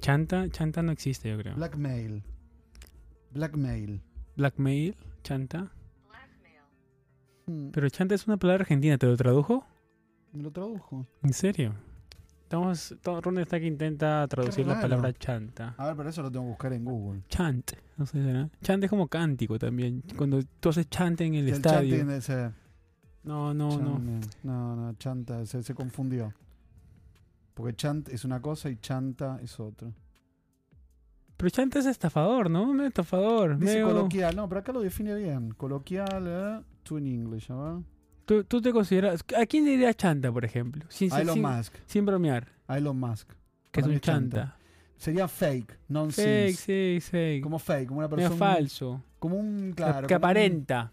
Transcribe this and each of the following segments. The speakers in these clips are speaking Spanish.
Chanta, Chanta no existe, yo creo. Blackmail. Blackmail. Blackmail, Chanta. Hmm, Pero Chanta es una palabra argentina, ¿te lo tradujo? me lo tradujo. ¿En serio? Estamos, todo Ron está que intenta traducir la raro. palabra Chanta. A ver, pero eso lo tengo que buscar en Google. Chant, no sé, ¿será? Chant es como cántico también. Cuando tú haces chant en el, El chat estadio. tiene ese- No, no, no. Chan- No, no, chanta, se, se confundió. Porque chant es una cosa y chanta es otra. Pero chant es estafador, ¿no? Un estafador. Dice medio- coloquial, no, pero acá lo define bien. Coloquial, eh, to in English, ¿a ver? ¿Tú, tú te consideras. ¿A quién le diría chanta, por ejemplo? Sin, A sin, Elon sin- Musk. sin bromear, A Elon Musk. que es Para mí un es chanta. chanta. Sería fake, Fake, nonsense. fake, fake. Como fake, como una Medio persona. falso. Como un, Que- claro. que como un- aparenta.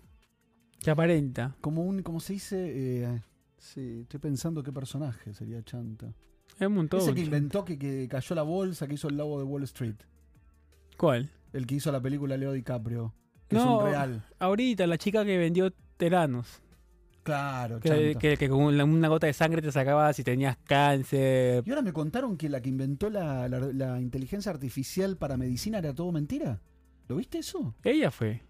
Que aparenta. Como un, como se dice? Eh, sí, estoy pensando qué personaje sería chanta. Es un montón. Ese que chan- inventó que, que cayó la bolsa, que hizo el lobo de Wall Street. ¿Cuál? El que hizo la película Leo DiCaprio. Que es No. un real. Ahorita, la chica que vendió teranos. Claro, Que, chanta. que- que con una- una gota de sangre te sacaba si tenías cáncer. Y ahora me contaron que la que inventó la, la- la inteligencia artificial para medicina era todo mentira. ¿Lo viste eso? Ella fue.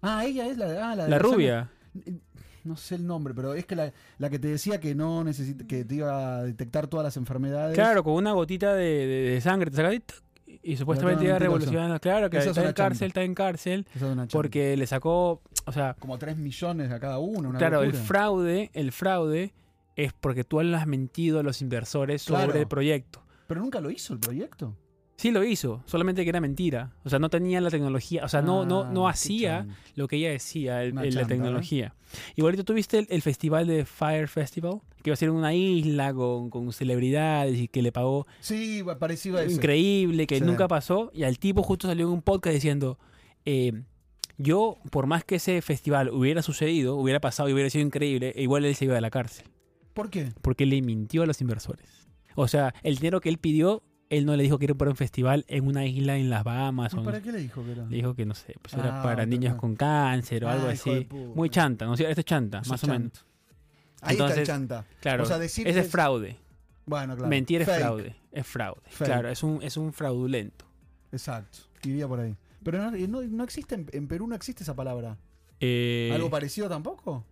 Ah, ella es la, ah, la, de la la sangre- rubia. Eh, No sé el nombre, pero es que la, la que te decía que no necesit- que te iba a detectar todas las enfermedades. Claro, con una gotita de, de- de sangre te sacaba y, ¡tac! y supuestamente La iba llaman mentirosa. revolucionando. Claro, que Esa es está una en cárcel, chanta. está en cárcel, Esa es una chanta. porque le sacó, o sea, Como 3 millones a cada uno. una claro, el locura. fraude, el fraude es porque tú le has mentido a los inversores sobre Claro. el proyecto. Pero nunca lo hizo el proyecto. Sí lo hizo, solamente que era mentira. O sea, no tenía la tecnología, o sea, no, no, no Ah, hacía qué chan. lo que ella decía el- Una el- la chanta, ¿no? tecnología. Igualito tuviste el, el festival de Fire Festival, que iba a ser en una isla con, con celebridades y que le pagó Sí, parecido a ese. increíble que Sí. nunca pasó. Y al tipo justo salió en un podcast diciendo, eh, yo, por más que ese festival hubiera sucedido, hubiera pasado y hubiera sido increíble, e igual él se iba a la cárcel, ¿Por qué? porque le mintió a los inversores. O sea, el dinero que él pidió, él no le dijo que era para un festival en una isla en las Bahamas. ¿Y o no- ¿Para qué le dijo que era? Le dijo que, no sé, pues era Ah, para entendí. niños con cáncer o algo Ah, hijo de así. puta. Muy chanta, ¿no? O sea, esto es chanta, Eso más es o menos. chanta. Ahí está el Entonces, chanta. Claro, O sea, decir ese que es es- fraude. Bueno, claro. Mentir es Fake. fraude. Es fraude. Fake. Claro, es un, es un fraudulento. Exacto, iría por ahí. Pero no, eh, no- no existe, en, en Perú no existe esa palabra. Eh, ¿Algo parecido tampoco?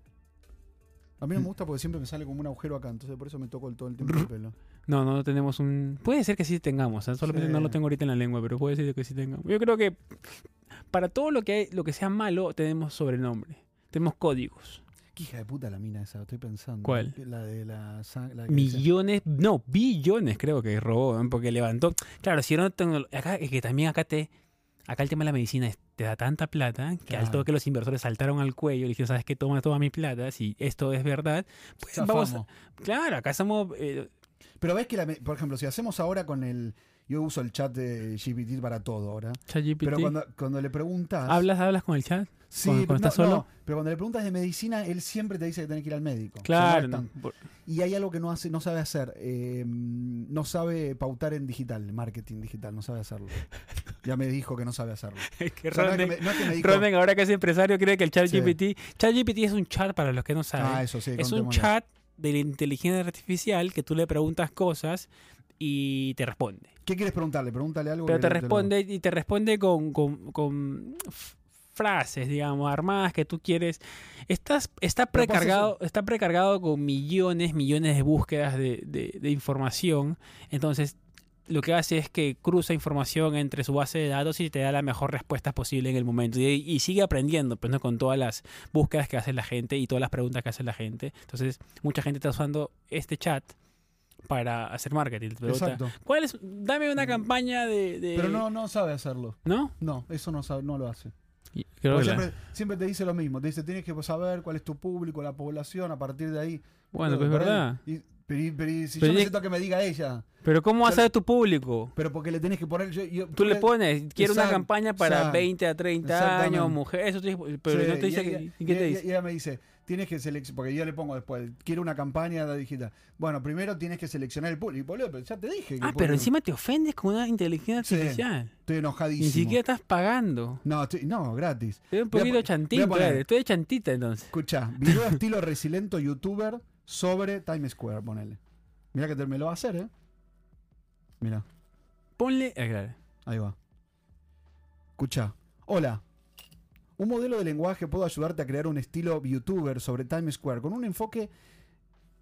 A mí no me gusta porque siempre me sale como un agujero acá, entonces por eso me toco el, todo el tiempo el pelo. No, no tenemos un. Puede ser que sí tengamos, ¿eh? solamente Sí. no lo tengo ahorita en la lengua, pero puede ser que sí tengamos. Yo creo que para todo lo que, lo que sea malo, tenemos sobrenombre. Tenemos códigos. Qué hija de puta la mina esa, estoy pensando. ¿Cuál? La de la, sang- la que dice- Millones, no, billones creo que robó, ¿eh? porque levantó. Claro, si no tengo. Acá, es que también acá te. Acá el tema de la medicina es- te da tanta plata que Claro. al toque los inversores saltaron al cuello y dijeron, ¿sabes qué? Toma toda mi plata, si esto es verdad. Pues Zafamos. vamos. a- Claro, acá somos. eh, Pero ves que, la me- por ejemplo, si hacemos ahora con el. Yo uso el chat de GPT para todo ahora. ChatGPT. Pero cuando, cuando le preguntas. ¿Hablas, hablas con el chat? Sí, cuando- cuando no, estás solo? no, pero cuando le preguntas de medicina, él siempre te dice que tenés que ir al médico. O sea, no Claro. es tan- no, por- Y hay algo que no hace, no sabe hacer, eh, no sabe pautar en digital, marketing digital, no sabe hacerlo. Ya me dijo que no sabe hacerlo. que O sea, no es que Ronen- me- no es que me dijo, Ronen, ahora que es empresario, cree que el chat Sí. GPT. Chat GPT es un chat para los que no saben. ah, eso sí, es un contémoslo. chat de la inteligencia artificial que tú le preguntas cosas y te responde. ¿Qué quieres preguntarle? Pregúntale algo. Pero que te lo- responde y te responde con, con- con f- frases, digamos, armadas que tú quieres. Estás, está Pero pasa precargado, está precargado con millones, millones de búsquedas de, de- de información. Entonces, lo que hace es que cruza información entre su base de datos y te da la mejor respuesta posible en el momento. Y, y sigue aprendiendo, pues, ¿no? Con todas las búsquedas que hace la gente y todas las preguntas que hace la gente. Entonces, mucha gente está usando este chat para hacer marketing. Te pregunta, Exacto. ¿Cuál es? Dame una campaña de. de- Pero no, no sabe hacerlo. ¿No? No, eso no sabe, no lo hace. Creo Porque que la- siempre, siempre te dice lo mismo. Te dice, tienes que saber cuál es tu público, la población, a partir de ahí. Bueno, pues Pero, es por ahí- verdad. y- pero, y- pero y si Pero yo ya- necesito que me diga ella, Pero ¿cómo vas a Pero- eh, ver tu público? pero porque le tenés que poner. yo- yo- Tú le pones, quiero una Exacto, campaña para exacto. 20 a 30 Exactamente. años, mujer, eso te- pero Sí, no te y dice, ella- que- y ¿qué ella- te y dice? Ah, ella me dice, tienes que seleccionar, porque yo le pongo después, quiero una campaña de digital. Bueno, primero tienes que seleccionar el público, boludo, pero ya te dije. que Ah, pero el público- encima te ofendes con una inteligencia Sí, artificial. Estoy enojadísimo. Ni siquiera estás pagando. No, estoy- no, gratis. Estoy un Voy a poquito po- voy chantín, a poner- claro. Estoy de chantita entonces. Escucha, video estilo resilento youtuber sobre Times Square, ponele. Mira que te me lo va a hacer, ¿eh? Mira. Ponle. ah, claro. Ahí va. Escucha. Hola. Un modelo de lenguaje puedo ayudarte a crear un estilo youtuber sobre Times Square con un enfoque.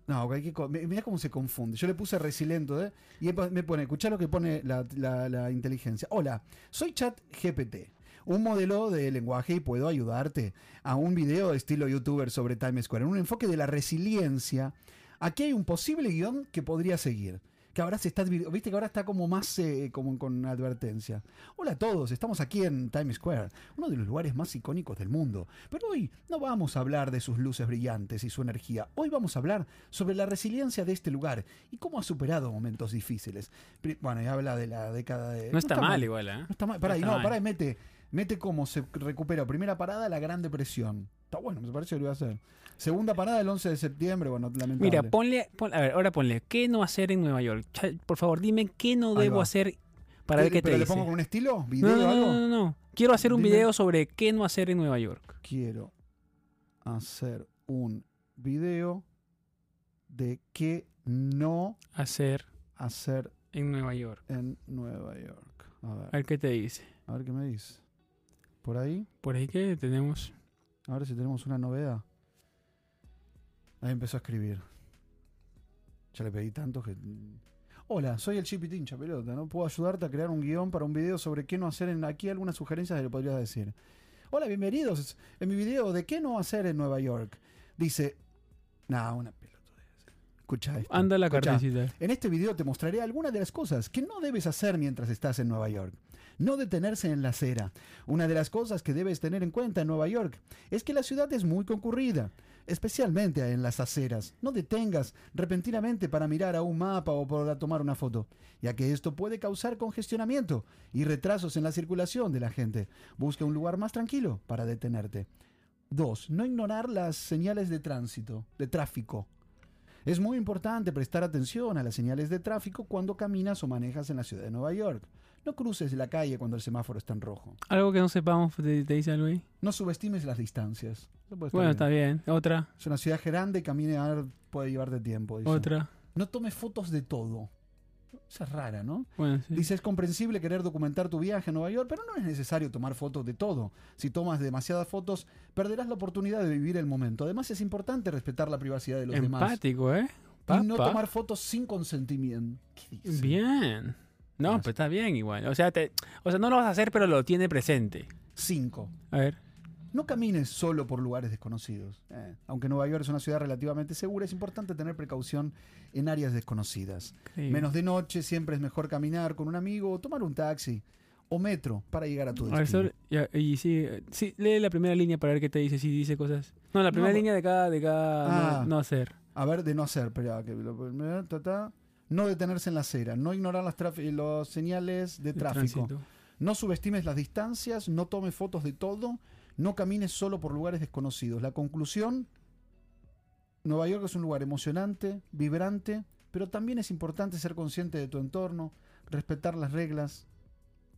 No, ok, qué co- mi- mira cómo se confunde. Yo le puse resiliente ¿eh? y él pa- me pone, escuchá lo que pone la, la- la inteligencia. Hola, soy Chat GPT, un modelo de lenguaje y puedo ayudarte a un video de estilo youtuber sobre Times Square en un enfoque de la resiliencia. Aquí hay un posible guión que podría seguir. Que ahora se está, advir- viste que ahora está como más eh, como con advertencia. Hola a todos, estamos aquí en Times Square, uno de los lugares más icónicos del mundo. Pero hoy no vamos a hablar de sus luces brillantes y su energía. Hoy vamos a hablar sobre la resiliencia de este lugar y cómo ha superado momentos difíciles. Pri- Bueno, y habla de la década de. No está mal igual, ¿eh? No está mal. Pará, No y está no, mal. pará, y mete. Mete cómo se recupera. Primera parada, la Gran Depresión. Está bueno, me parece que lo iba a hacer. Segunda parada, el 11 de septiembre. Bueno, lamentable. Mira, ponle, pon- a ver, ahora ponle, ¿qué no hacer en Nueva York? Cha- Por favor, dime qué no Ahí debo va. Eh, hacer para ver ¿Pero qué te le dice. Mm. pongo con un estilo? No, no, ¿Video o no, algo? no, no. Quiero hacer un Dime. video sobre qué no hacer en Nueva York. Quiero hacer un video de qué no Hacer hacer en Nueva York. en Nueva York. A A ver, ver qué te dice. a ver qué me dice. ¿Por ahí? Por ahí que tenemos. A ver si tenemos una novedad. Ahí empezó a escribir. Ya le pedí tanto que. mm. Hola, soy el Chip y Tincha Pelota, ¿no? Puedo ayudarte a crear un guión para un video sobre qué no hacer en aquí algunas sugerencias que le podrías decir. Hola, bienvenidos. En mi video de qué no hacer en Nueva York. Dice. Nah, una pelota. Escucha esto. Anda la Escuchá. cartecita. En este video te mostraré algunas de las cosas que no debes hacer mientras estás en Nueva York. No detenerse en la acera. Una de las cosas que debes tener en cuenta en Nueva York es que la ciudad es muy concurrida, especialmente en las aceras. No detengas repentinamente para mirar a un mapa o para tomar una foto, ya que esto puede causar congestionamiento y retrasos en la circulación de la gente. Busca un lugar más tranquilo para detenerte. 2. No ignorar las señales de tránsito, de tráfico. Es muy importante prestar atención a las señales de tráfico cuando caminas o manejas en la ciudad de Nueva York. No cruces la calle cuando el semáforo está en rojo. Algo que no sepamos, te, te dice algo ahí. No subestimes las distancias. Eso puede estar Bueno, bien. está bien. Otra, Es una ciudad grande y caminar puede llevarte tiempo. dice. otra. No tomes fotos de todo. Esa es rara, ¿no? Bueno, sí. Dice, es comprensible querer documentar tu viaje a Nueva York, pero no es necesario tomar fotos de todo. Si tomas demasiadas fotos, perderás la oportunidad de vivir el momento. Además, es importante respetar la privacidad de los demás. Empático, ¿eh? Y no Papa. tomar fotos sin consentimiento. ¿Qué dice? Bien. No, Gracias. pero está bien igual. O sea, te, o sea, no lo vas a hacer, pero lo tiene presente. 5. A ver. No camines solo por lugares desconocidos. Eh, aunque Nueva York es una ciudad relativamente segura, es importante tener precaución en áreas desconocidas. sí. Menos de noche, siempre es mejor caminar con un amigo o tomar un taxi o metro para llegar a tu A ver, destino. sobre- ya, y sí, eh, sí, lee la primera línea para ver qué te dice, si dice cosas. No, la primera No, línea de cada, de cada Ah. no, no hacer. A ver, de no hacer, pero ya que lo- ta, ta. no detenerse en la acera, no ignorar las trafi- los señales de el tráfico. tránsito. No subestimes las distancias, no tomes fotos de todo, no camines solo por lugares desconocidos. La conclusión, Nueva York es un lugar emocionante, vibrante, pero también es importante ser consciente de tu entorno, respetar las reglas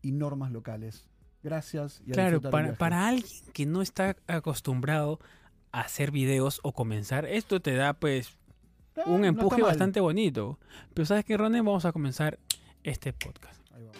y normas locales. Gracias. Y a Claro, disfrutar el para, viaje. para alguien que no está acostumbrado a hacer videos o comenzar, esto te da pues Ah, un no está empuje mal. bastante bonito. Pero ¿sabes qué, Ronen? Vamos a comenzar este podcast. Ahí vamos.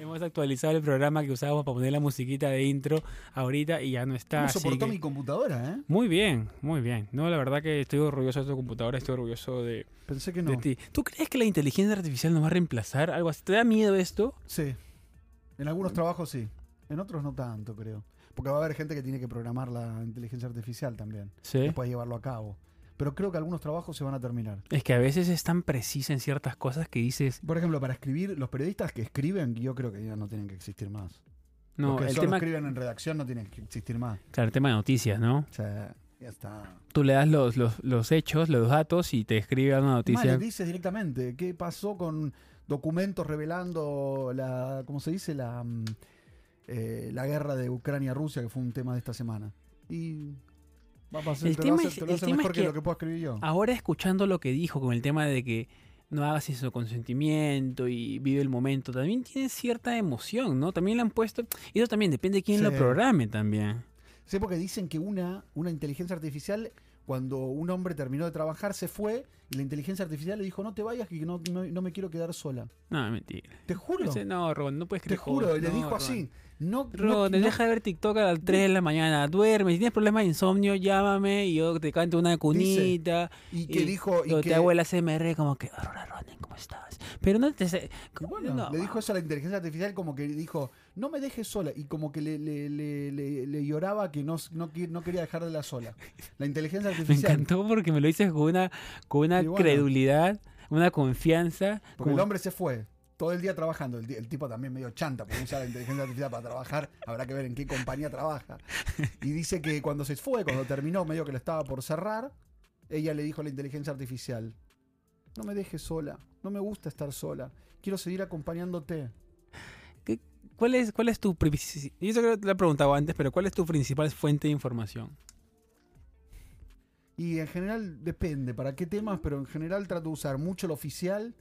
Hemos actualizado el programa que usábamos para poner la musiquita de intro ahorita y ya no está. Me así soportó que- mi computadora, ¿eh? Muy bien, muy bien. No, la verdad que estoy orgulloso de tu computadora, estoy orgulloso de, Pensé que de no. ti. ¿Tú crees que la inteligencia artificial nos va a reemplazar? ¿Algo así? ¿Te da miedo esto? Sí. En algunos trabajos sí. En otros no tanto, creo. Porque va a haber gente que tiene que programar la inteligencia artificial también. Sí. Después llevarlo a cabo. Pero creo que algunos trabajos se van a terminar. Es que a veces es tan precisa en ciertas cosas que dices, Por ejemplo, para escribir, los periodistas que escriben, yo creo que ya no tienen que existir más. no, los que el solo tema, Mm. escriben en redacción no tienen que existir más. claro, el tema de noticias, ¿no? O sea, ya está. Tú le das los, los, los hechos, los datos y te escribe una Más, le noticia. dices directamente qué pasó con documentos revelando la, ¿cómo se dice? La, mm, eh, la guerra de Ucrania-Rusia, que fue un tema de esta semana. Y va a pasar, El te lo tema hace, es- te lo el hace tema mejor es que, que- lo que puedo escribir yo. Ahora escuchando lo que dijo con el tema de que no hagas sin su consentimiento y vive el momento, también tiene cierta emoción, ¿no? También le han puesto, y eso también depende de quién Sí. lo programe también. Sí, porque dicen que una, una inteligencia artificial, cuando un hombre terminó de trabajar, se fue y la inteligencia artificial le dijo, no te vayas, que no, no- no me quiero quedar sola. No, mentira. Te juro, Ese- no, Ron, no puedes te creer. juro, y le no, dijo Ron. así. No, Ron, no- te no- deja de ver TikTok a las 3 de la mañana, duerme, si tienes problemas de insomnio, llámame y yo te canto una cunita. y que dijo, y o que, te hago el ASMR como que, Aurora Ronen, ¿cómo estás? Pero no te... sé- bueno, no, le dijo eso a la inteligencia artificial como que dijo, no me dejes sola. Y como que le, le- le- le- le lloraba que no, no, qui- no quería dejarla sola. La inteligencia Me artificial. encantó porque me lo dices con una, con una Y bueno. credulidad, una confianza. Porque el como- hombre se fue todo el día trabajando. El, ti- el tipo también medio chanta porque usa la inteligencia artificial para trabajar. Habrá que ver en qué compañía trabaja. Y dice que cuando se fue, cuando terminó, medio que lo estaba por cerrar, ella le dijo a la inteligencia artificial: No me dejes sola. No me gusta estar sola. Quiero seguir acompañándote. ¿Cuál es, ¿Cuál es tu principal? Yo creo que te lo he preguntado antes, pero ¿cuál es tu principal fuente de información? Y en general depende para qué temas, pero en general trato de usar mucho lo oficial.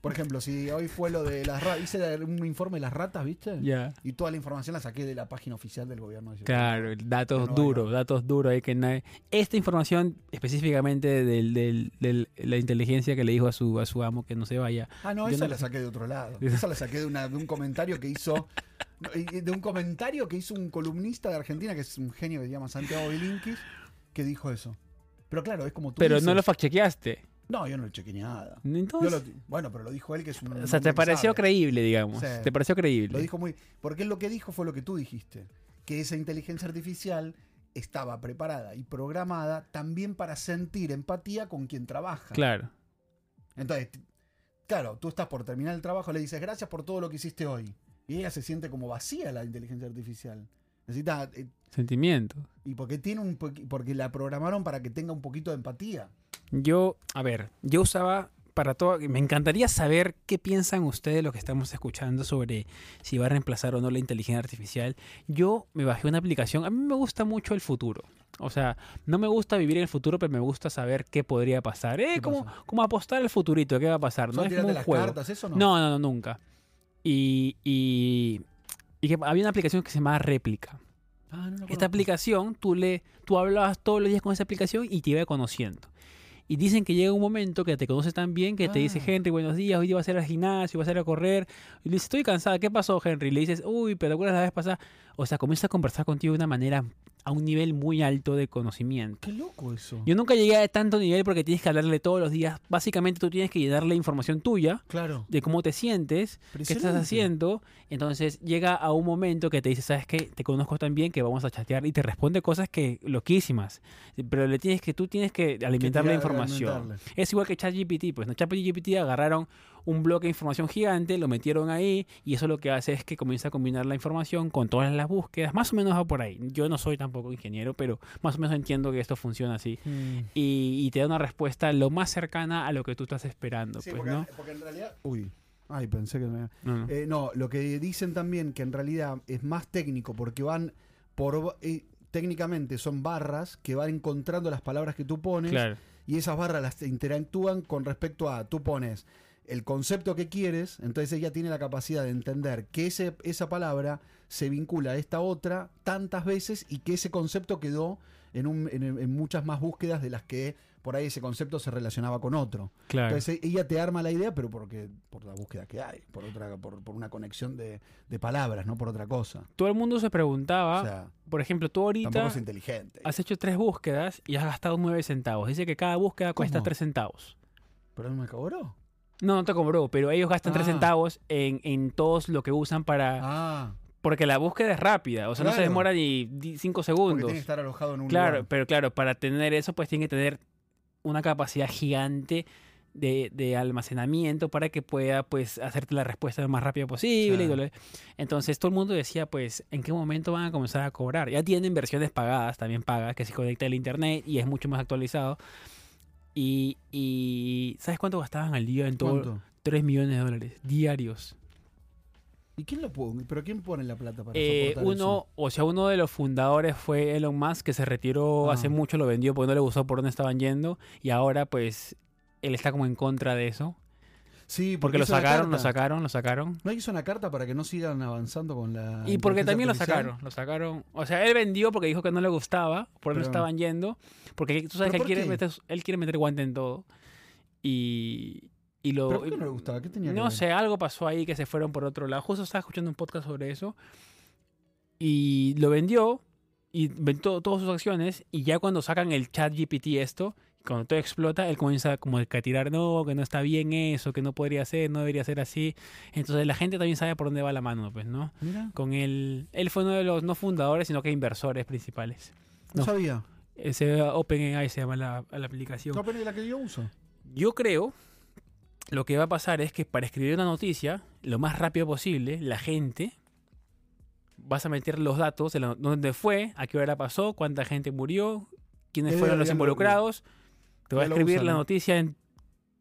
Por ejemplo, si hoy fue lo de las ratas, hice un informe de las ratas, ¿viste? Ya. Y toda la información la saqué de la página oficial del gobierno. de Claro, Ya datos no hay duros, datos duros. Hay que nadie- Esta información específicamente del- del- del- de la inteligencia que le dijo a su, a su amo que no se vaya. Ah, no, Yo esa no- la saqué de otro lado. Esa la saqué de, una- de un comentario que hizo. no, y- De un comentario que hizo un columnista de Argentina, que es un genio que se llama Santiago Bilinkis, que dijo eso. Pero claro, es como tú. Pero no dices. lo fact-chequeaste. No, yo no le chequeé nada. Yo Entonces, lo- bueno, pero lo dijo él, que es o un. sea, hombre te que pareció sabe. creíble, digamos. Sí. Te pareció creíble. Lo dijo muy. Porque él lo que dijo fue lo que tú dijiste: que esa inteligencia artificial estaba preparada y programada también para sentir empatía con quien trabaja. Claro. Entonces, t- claro, tú estás por terminar el trabajo, le dices gracias por todo lo que hiciste hoy. Y ella se siente como vacía la inteligencia artificial. Necesita. eh, Sentimiento. y porque tiene un poqui- porque la programaron para que tenga un poquito de empatía. Yo, a ver, yo usaba para todo. Me encantaría saber qué piensan ustedes lo que estamos escuchando sobre si va a reemplazar o no la inteligencia artificial. Yo me bajé una aplicación. A mí me gusta mucho el futuro. O sea, no me gusta vivir en el futuro, pero me gusta saber qué podría pasar. Eh, ¿Qué como, pasa? como apostar al futurito, qué va a pasar. No Son es como tirarte un las juego. cartas, eso no. No, no, no, nunca. Y, y, y que había una aplicación que se llamaba Réplica. Ah, no lo Esta conozco. aplicación, tú le, tú hablabas todos los días con esa aplicación y te iba conociendo. Y dicen que llega un momento que te conoces tan bien que te dice, Ah. Henry, buenos días, hoy día vas a ir al gimnasio, vas a ir a correr. Y le dices, estoy cansada, ¿qué pasó, Henry? Y le dices, uy, pero ¿te acuerdas la vez pasada? O sea, comienza a conversar contigo de una manera, a un nivel muy alto de conocimiento. Qué loco eso. Yo nunca llegué a tanto nivel porque tienes que hablarle todos los días. Básicamente tú tienes que llenarle información tuya claro. de cómo te sientes ¿Qué estás Impresionante. haciendo? Entonces llega a un momento que te dice, ¿sabes qué? Te conozco tan bien que vamos a chatear y te responde cosas que loquísimas. Pero le tienes que, tú tienes que Que alimentar la tirar- información. alimentarle. Es igual que ChatGPT, pues, ¿no? ChatGPT agarraron un bloque de información gigante, lo metieron ahí y eso lo que hace es que comienza a combinar la información con todas las búsquedas. Más o menos va por ahí. Yo no soy tampoco ingeniero, pero más o menos entiendo que esto funciona así. Mm. Y, y te da una respuesta lo más cercana a lo que tú estás esperando, Sí, pues, porque, ¿no? porque en realidad. Uy. Ay, pensé que me. No, no. Eh, no, lo que dicen también que en realidad es más técnico porque van por ba- eh, técnicamente son barras que van encontrando las palabras que tú pones Claro. y esas barras las interactúan con respecto a tú pones el concepto que quieres, entonces ella tiene la capacidad de entender que ese, esa palabra se vincula a esta otra tantas veces y que ese concepto quedó en, un- en- en muchas más búsquedas de las que por ahí ese concepto se relacionaba con otro. Claro. Entonces e- ella te arma la idea, pero porque por la búsqueda que hay, por otra, por, por una conexión de, de palabras, no por otra cosa. Todo el mundo se preguntaba, o sea, por ejemplo, tú tampoco ahorita es inteligente. has hecho tres búsquedas y has gastado nueve centavos. Dice que cada búsqueda cuesta ¿Cómo? tres centavos. Pero no me cobró. No, no te cobró, pero ellos gastan tres Ah. centavos en, en todos lo que usan para... Ah, Porque la búsqueda es rápida, o sea, no se Claro. demora ni di- cinco porque segundos. tiene que estar alojado en un Claro, lugar. pero claro, para tener eso pues tiene que tener una capacidad gigante de, de almacenamiento para que pueda pues hacerte la respuesta lo más rápida posible. y Claro. todo lo- Entonces todo el mundo decía pues en qué momento van a comenzar a cobrar. Ya tienen versiones pagadas, también pagas, que se conecta al internet y es mucho más actualizado. Y, y ¿sabes cuánto gastaban al día en todo? ¿Cuánto? 3 millones de dólares diarios. ¿Y quién lo pone? ¿Pero quién pone la plata para Eh, soportar uno, o sea, uno de los fundadores fue Elon Musk, que se retiró Ah. hace mucho, lo vendió porque no le gustó por dónde estaban yendo, y ahora pues él está como en contra de eso. Sí, Porque lo hizo la sacaron, carta. lo sacaron, lo sacaron. ¿No hizo una carta para que no sigan avanzando con la. Y porque Ah, inteligencia también lo artificial? sacaron, lo sacaron. O sea, él vendió porque dijo que no le gustaba, por eso Pero- estaban yendo. Porque tú sabes ¿Pero que él por quiere, qué? meter, él quiere meter guante en todo. Y, y lo. ¿Pero por qué no le gustaba? ¿Qué tenía que No ver? sé, algo pasó ahí que se fueron por otro lado. Justo estaba escuchando un podcast sobre eso. Y lo vendió. Y vendió todas sus acciones. Y ya cuando sacan el chat GPT esto, cuando todo explota, él comienza como que a tirar, no, que no está bien eso, que no podría ser, no debería ser así. Entonces la gente también sabe por dónde va la mano, pues, ¿no? Mira, Con él, él fue uno de los no fundadores, sino que inversores principales. no, No. sabía. Ese OpenAI se llama la, la aplicación. No, pero es la que yo uso. Yo creo lo que va a pasar es que para escribir una noticia, lo más rápido posible, la gente vas a meter los datos de la- dónde fue, a qué hora pasó, cuánta gente murió, quiénes Eh, fueron ya los lo- involucrados. Te va a ya lo escribir usan, la ¿no? noticia en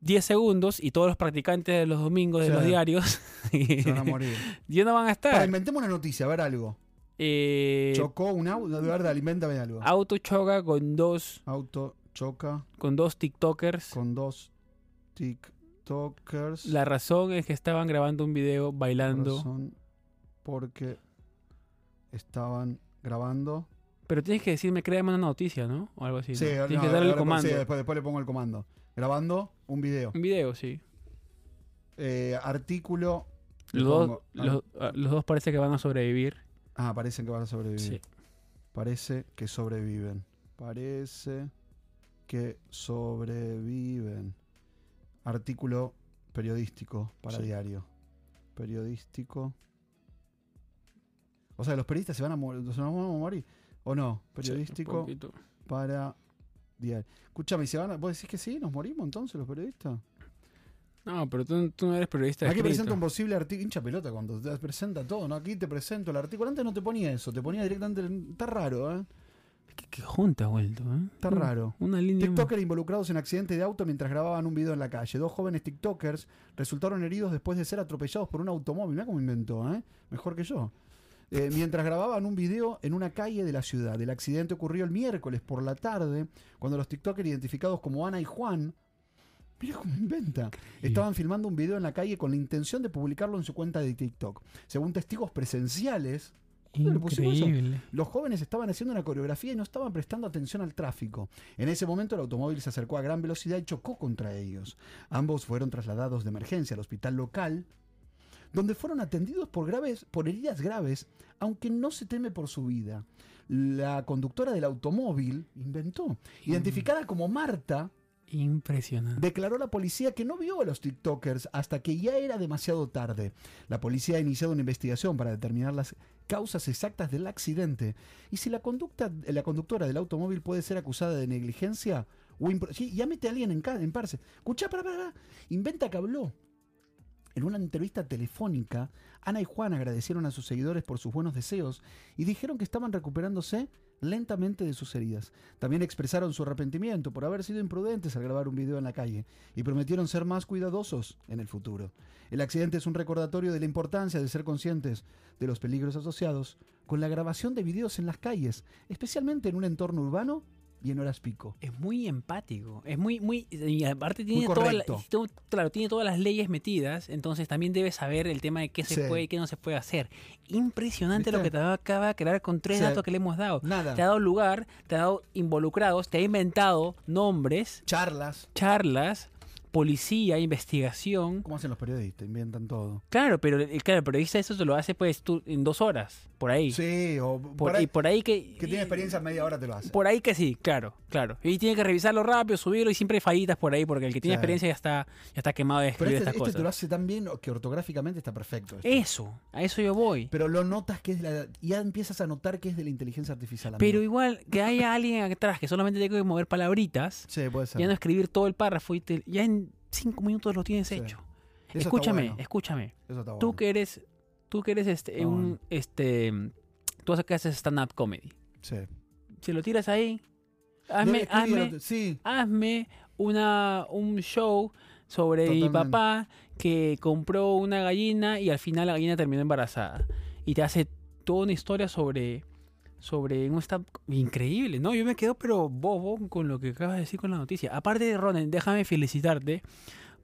10 segundos y todos los practicantes de los domingos de Sí. los diarios Se van a morir. ya no van a Para, estar. inventemos una noticia, a ver algo. Eh, Chocó un auto. De verdad, invéntame algo. auto choca con dos Auto choca con dos TikTokers. con dos TikTokers. La razón es que estaban grabando un video bailando. razón porque estaban grabando. Pero tienes que decirme, créame una noticia, ¿no? O algo así. ¿no? ahora- Tienes no, que darle el ahora- comando. sí, después, después le pongo el comando. Grabando un video. Un video, sí. Eh, artículo. le Los dos, pongo- ah, los, ah, los dos parece que van a sobrevivir. Ah, parecen que van a Sí. sobrevivir. Parece que sobreviven. Parece que sobreviven. Artículo periodístico para Sí. diario. Periodístico. O sea, los periodistas se van a, morir, se van a morir. ¿O no? Sí, Periodístico un poquito. para diario. Escúchame, ¿se van a- ¿vos decís que sí? ¿Nos morimos entonces los periodistas? No, pero tú, tú no eres periodista. de Aquí escrito. presenta un posible artículo. Hincha pelota cuando te presenta todo, ¿no? Aquí te presento el artículo. Antes no te ponía eso, te ponía directamente. el- Está raro, ¿eh? ¿Qué, qué junta, vuelto? ¿eh? Está Una- raro. Una línea. más. TikTokers involucrados en accidente de auto mientras grababan un video en la calle. Dos jóvenes TikTokers resultaron heridos después de ser atropellados por un automóvil. Mira cómo inventó, ¿eh? Mejor que yo. Eh, mientras grababan un video en una calle de la ciudad. El accidente ocurrió el miércoles por la tarde, cuando los TikTokers identificados como Ana y Juan. Mira cómo inventa. Estaban filmando un video en la calle con la intención de publicarlo en su cuenta de TikTok. Según testigos presenciales, ¿Dónde le pusimos eso? Increíble. los jóvenes estaban haciendo una coreografía y no estaban prestando atención al tráfico. En ese momento el automóvil se acercó a gran velocidad y chocó contra ellos. Ambos fueron trasladados de emergencia al hospital local, donde fueron atendidos por graves, por heridas graves, aunque no se teme por su vida. La conductora del automóvil inventó, identificada como Marta, Impresionante. Declaró la policía que no vio a los TikTokers hasta que ya era demasiado tarde. La policía ha iniciado una investigación para determinar las causas exactas del accidente y si la, conducta, la conductora del automóvil puede ser acusada de negligencia o impro- sí, ya mete a alguien en, ca- en parce. Escuchá, para, para, inventa que habló. En una entrevista telefónica, Ana y Juan agradecieron a sus seguidores por sus buenos deseos y dijeron que estaban recuperándose lentamente de sus heridas. También expresaron su arrepentimiento por haber sido imprudentes al grabar un video en la calle y prometieron ser más cuidadosos en el futuro. El accidente es un recordatorio de la importancia de ser conscientes de los peligros asociados con la grabación de videos en las calles, especialmente en un entorno urbano y en horas pico. Es muy empático, es muy, muy, y aparte tiene, Muy toda la- correcto. todo- claro, tiene todas las leyes metidas, entonces también debe saber el tema de qué se Sí. puede y qué no se puede hacer. Impresionante lo ¿Viste? que te acaba de crear con tres Sí. datos que le hemos dado. Nada. Te ha dado lugar, te ha dado involucrados, te ha inventado nombres, Charlas. charlas, policía, investigación. ¿Cómo hacen los periodistas? Inventan todo. Claro, pero eh, claro, el periodista eso te lo hace pues tú en dos horas, por ahí. Sí, o por, por, ahí, y por ahí que... que tiene experiencia media hora te lo hace. Por ahí que sí, claro, claro. Y tiene que revisarlo rápido, subirlo y siempre hay fallitas por ahí porque el que tiene Sí. experiencia ya está, ya está quemado de Pero escribir este, estas este te lo cosas. hace tan bien que ortográficamente está perfecto. esto. Eso, a eso yo voy. Pero lo notas que es la. Ya empiezas a notar que es de la inteligencia artificial. amigo. Pero igual que haya alguien atrás que solamente tenga que mover palabritas, Sí, puede ser. ya no escribir todo el párrafo y te- ya en cinco minutos lo tienes Sí. hecho. Eso está escúchame, bueno, escúchame. eso está Tú bueno. que eres, tú que eres este, Está un, bueno. este, tú haces- que haces stand-up comedy. Sí. Si lo tiras ahí, hazme, No, escribí el hazme, otro- Sí. hazme una, un show sobre mi Totalmente. papá que compró una gallina y al final la gallina terminó embarazada. Y te hace toda una historia sobre, sobre un stand increíble, ¿no? Yo me quedo pero bobo con lo que acabas de decir con la noticia. Aparte, Ronen, déjame felicitarte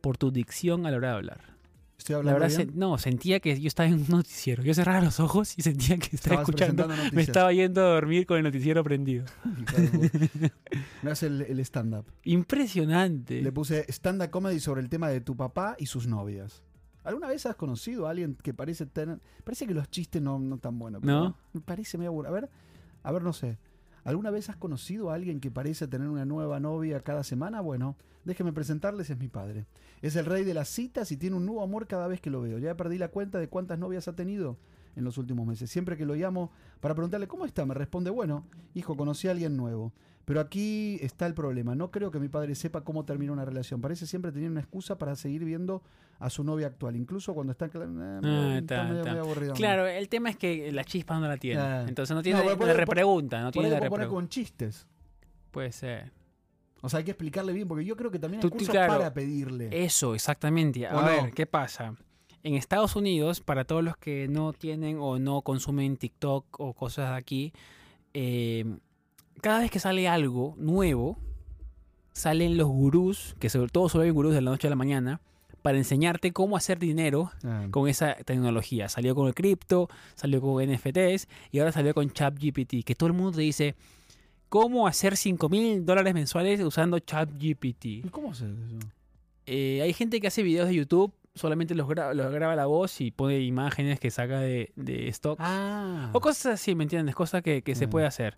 por tu dicción a la hora de hablar. Estoy La hablando verdad, bien. sen- no, sentía que yo estaba en un noticiero. Yo cerraba los ojos y sentía que estaba Estabas escuchando. presentando Me noticias. estaba yendo a dormir con el noticiero prendido. Me hace el, el stand-up. Impresionante. Le puse stand-up comedy sobre el tema de tu papá y sus novias. ¿Alguna vez has conocido a alguien que parece tener. Parece que los chistes no, no tan buenos. pero ¿No? Me parece medio aburrido. A ver, a ver, no sé. ¿Alguna vez has conocido a alguien que parece tener una nueva novia cada semana? Bueno, déjeme presentarles, es mi padre. Es el rey de las citas y tiene un nuevo amor cada vez que lo veo. Ya perdí la cuenta de cuántas novias ha tenido en los últimos meses. Siempre que lo llamo para preguntarle cómo está, me responde, bueno, hijo, conocí a alguien nuevo. Pero aquí está el problema. No creo que mi padre sepa cómo terminó una relación. Parece siempre tener una excusa para seguir viendo a su novia actual, incluso cuando está, cla- eh, Ah, está está, medio, está. medio aburrido. Claro, el tema es que la chispa no la tiene. Ah. Entonces no tiene No, pero la puede- repregunta, no Por tiene ahí lo la puedo poner repregunta. con chistes. Puede ser. O sea, hay que explicarle bien, porque yo creo que también hay Tú- tú, cursos claro. Eh, para pedirle. Eso, exactamente. ¿O A no? ver, ¿qué pasa? En Estados Unidos, para todos los que no tienen o no consumen TikTok o cosas de aquí, eh, cada vez que sale algo nuevo, salen los gurús, que sobre todo solo hay gurús de la noche a la mañana, para enseñarte cómo hacer dinero Ah, con esa tecnología. Salió con el cripto, salió con NFTs y ahora salió con ChatGPT, que todo el mundo te dice, ¿cómo hacer 5 mil dólares mensuales usando ChatGPT? ¿Y cómo se hace eso? Eh, hay gente que hace videos de YouTube, solamente los, gra- los graba la voz y pone imágenes que saca de, de stock. Ah. O cosas así, ¿me entiendes? Cosas que, que se Mm. puede hacer.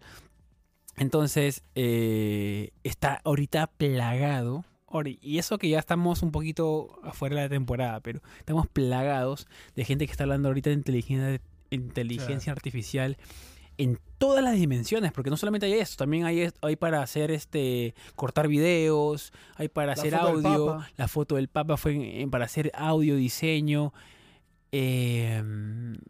Entonces, eh, está ahorita plagado. Ori- Y eso que ya estamos un poquito afuera de la temporada, pero estamos plagados de gente que está hablando ahorita de inteligencia, inteligencia artificial en todas las dimensiones, porque no solamente hay esto, también hay, es- hay para hacer este cortar videos, hay para hacer foto del audio, Papa. la foto del Papa fue en- en- para hacer audio, diseño, eh,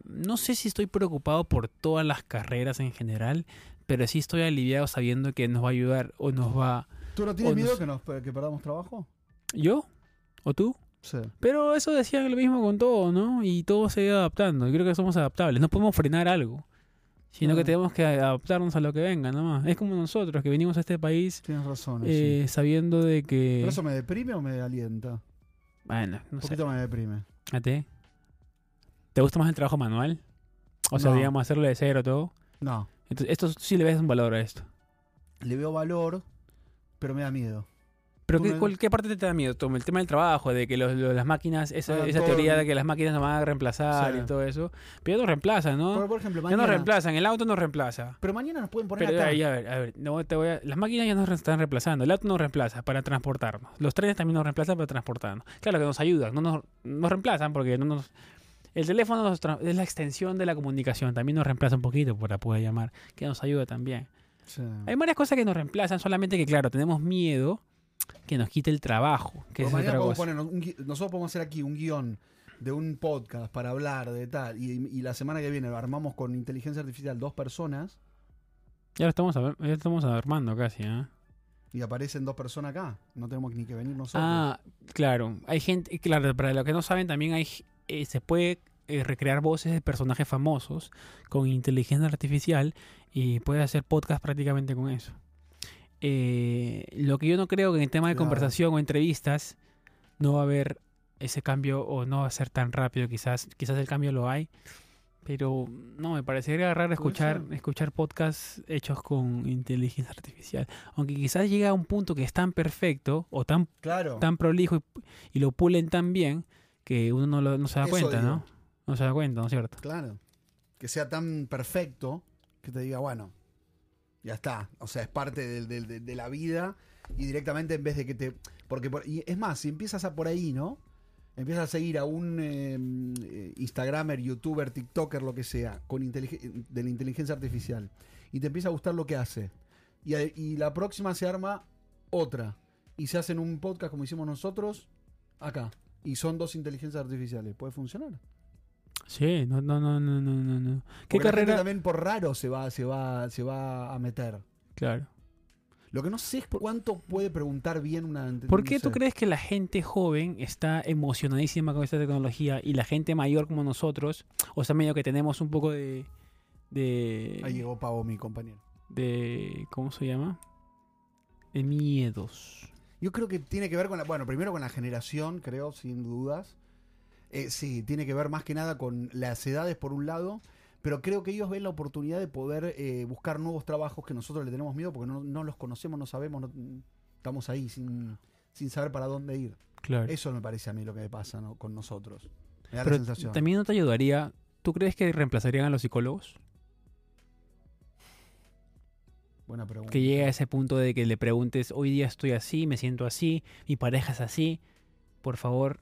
no sé si estoy preocupado por todas las carreras en general, pero sí estoy aliviado sabiendo que nos va a ayudar o nos va... ¿Tú no tienes o no miedo sé. que, nos, eh, que perdamos trabajo? ¿Yo? ¿O tú? Sí. Pero eso decían lo mismo con todo, ¿no? Y todo se ha ido adaptando. Yo creo que somos adaptables. No podemos frenar algo, sino que Ah. tenemos que adaptarnos a lo que venga, nomás. Es como nosotros que venimos a este país Tienes razón. eso. eh, sabiendo de que... ¿Pero eso me deprime o me alienta? Bueno, no Un sé. poquito me deprime. ¿A ti? ¿Te gusta más el trabajo manual? O sea, No. digamos, hacerlo de cero todo. No. Entonces, esto sí le ves un valor a esto. Le veo valor, pero me da miedo. ¿Pero Tú qué, me- cuál- qué parte te da miedo? Tom? El tema del trabajo, de que los- los- las máquinas, esa, Ah, esa todo. teoría de que las máquinas nos van a reemplazar Sí. y todo eso. Pero ya nos reemplazan, Pero, Ah. ¿no? por Ya ejemplo, nos mañana. reemplazan, el auto nos reemplaza. pero mañana nos pueden poner Pero acá. ahí, a ver, a ver, no te voy a- las máquinas ya nos re- están reemplazando, el auto nos reemplaza para transportarnos, los trenes también nos reemplazan para transportarnos. Claro que nos ayudan, no nos, nos reemplazan porque no nos... El teléfono nos tra- es la extensión de la comunicación, también nos reemplaza un poquito para poder llamar, que nos ayuda también. Sí. Hay varias cosas que nos reemplazan, solamente que, claro, tenemos miedo que nos quite el trabajo, que Pero es otra mañana podemos cosa. poner un gui- nosotros podemos hacer aquí un guión de un podcast para hablar de tal. Y, y la semana que viene lo armamos con inteligencia artificial dos personas Ya lo estamos, a- ya lo estamos armando casi, ¿ah? y aparecen dos personas acá. No tenemos ni que venir nosotros. Ah, claro. Hay gente, y claro, para los que no saben, también hay, eh, se puede eh, recrear voces de personajes famosos con inteligencia artificial y puedes hacer podcast prácticamente con eso. Eh, lo que yo no creo que en el tema de Claro. conversación o entrevistas no va a haber ese cambio o no va a ser tan rápido, quizás, quizás el cambio lo hay. Pero no, me parecería raro Puede escuchar, ser. escuchar podcasts hechos con inteligencia artificial. Aunque quizás llega a un punto que es tan perfecto o tan claro. tan prolijo y, y lo pulen tan bien que uno no, lo- no se da Eso cuenta, digo. ¿no? No se da cuenta, ¿no es cierto? Claro. Que sea tan perfecto que te diga, bueno, ya está. O sea, es parte del- del- del- de, la vida y directamente en vez de que te... Porque por- y es más, si empiezas a por ahí, ¿no? Empiezas a seguir a un eh, eh, Instagramer, YouTuber, TikToker, lo que sea, con inteligen- de la inteligencia artificial. Y te empieza a gustar lo que hace. Y, a- y la próxima se arma otra. Y se hacen un podcast como hicimos nosotros acá. Y son dos inteligencias artificiales. Puede funcionar. Sí, no, no, no, no, no, no, no. ¿Qué Porque la gente carrera? también por raro se va, se va, se va a meter. Claro. Lo que no sé es cuánto puede preguntar bien una. ¿Por no qué tú sé. crees que la gente joven está emocionadísima con esta tecnología y la gente mayor como nosotros, o sea, medio que tenemos un poco de... Ahí de, llegó Pavo, mi compañero. de ¿Cómo se llama? De miedos. Yo creo que tiene que ver con la, bueno, primero con la generación, creo, sin dudas. Eh, sí, tiene que ver más que nada con las edades por un lado, pero creo que ellos ven la oportunidad de poder eh, buscar nuevos trabajos que nosotros le tenemos miedo porque no, no los conocemos, no sabemos, no- estamos ahí sin, sin saber para dónde ir. Claro. Eso me parece a mí lo que me pasa ¿no? con nosotros. Me da Pero la sensación. también no te ayudaría. ¿Tú crees que reemplazarían a los psicólogos? Buena pregunta. Que llegue a ese punto de que le preguntes, hoy día estoy así, me siento así, mi pareja es así, por favor,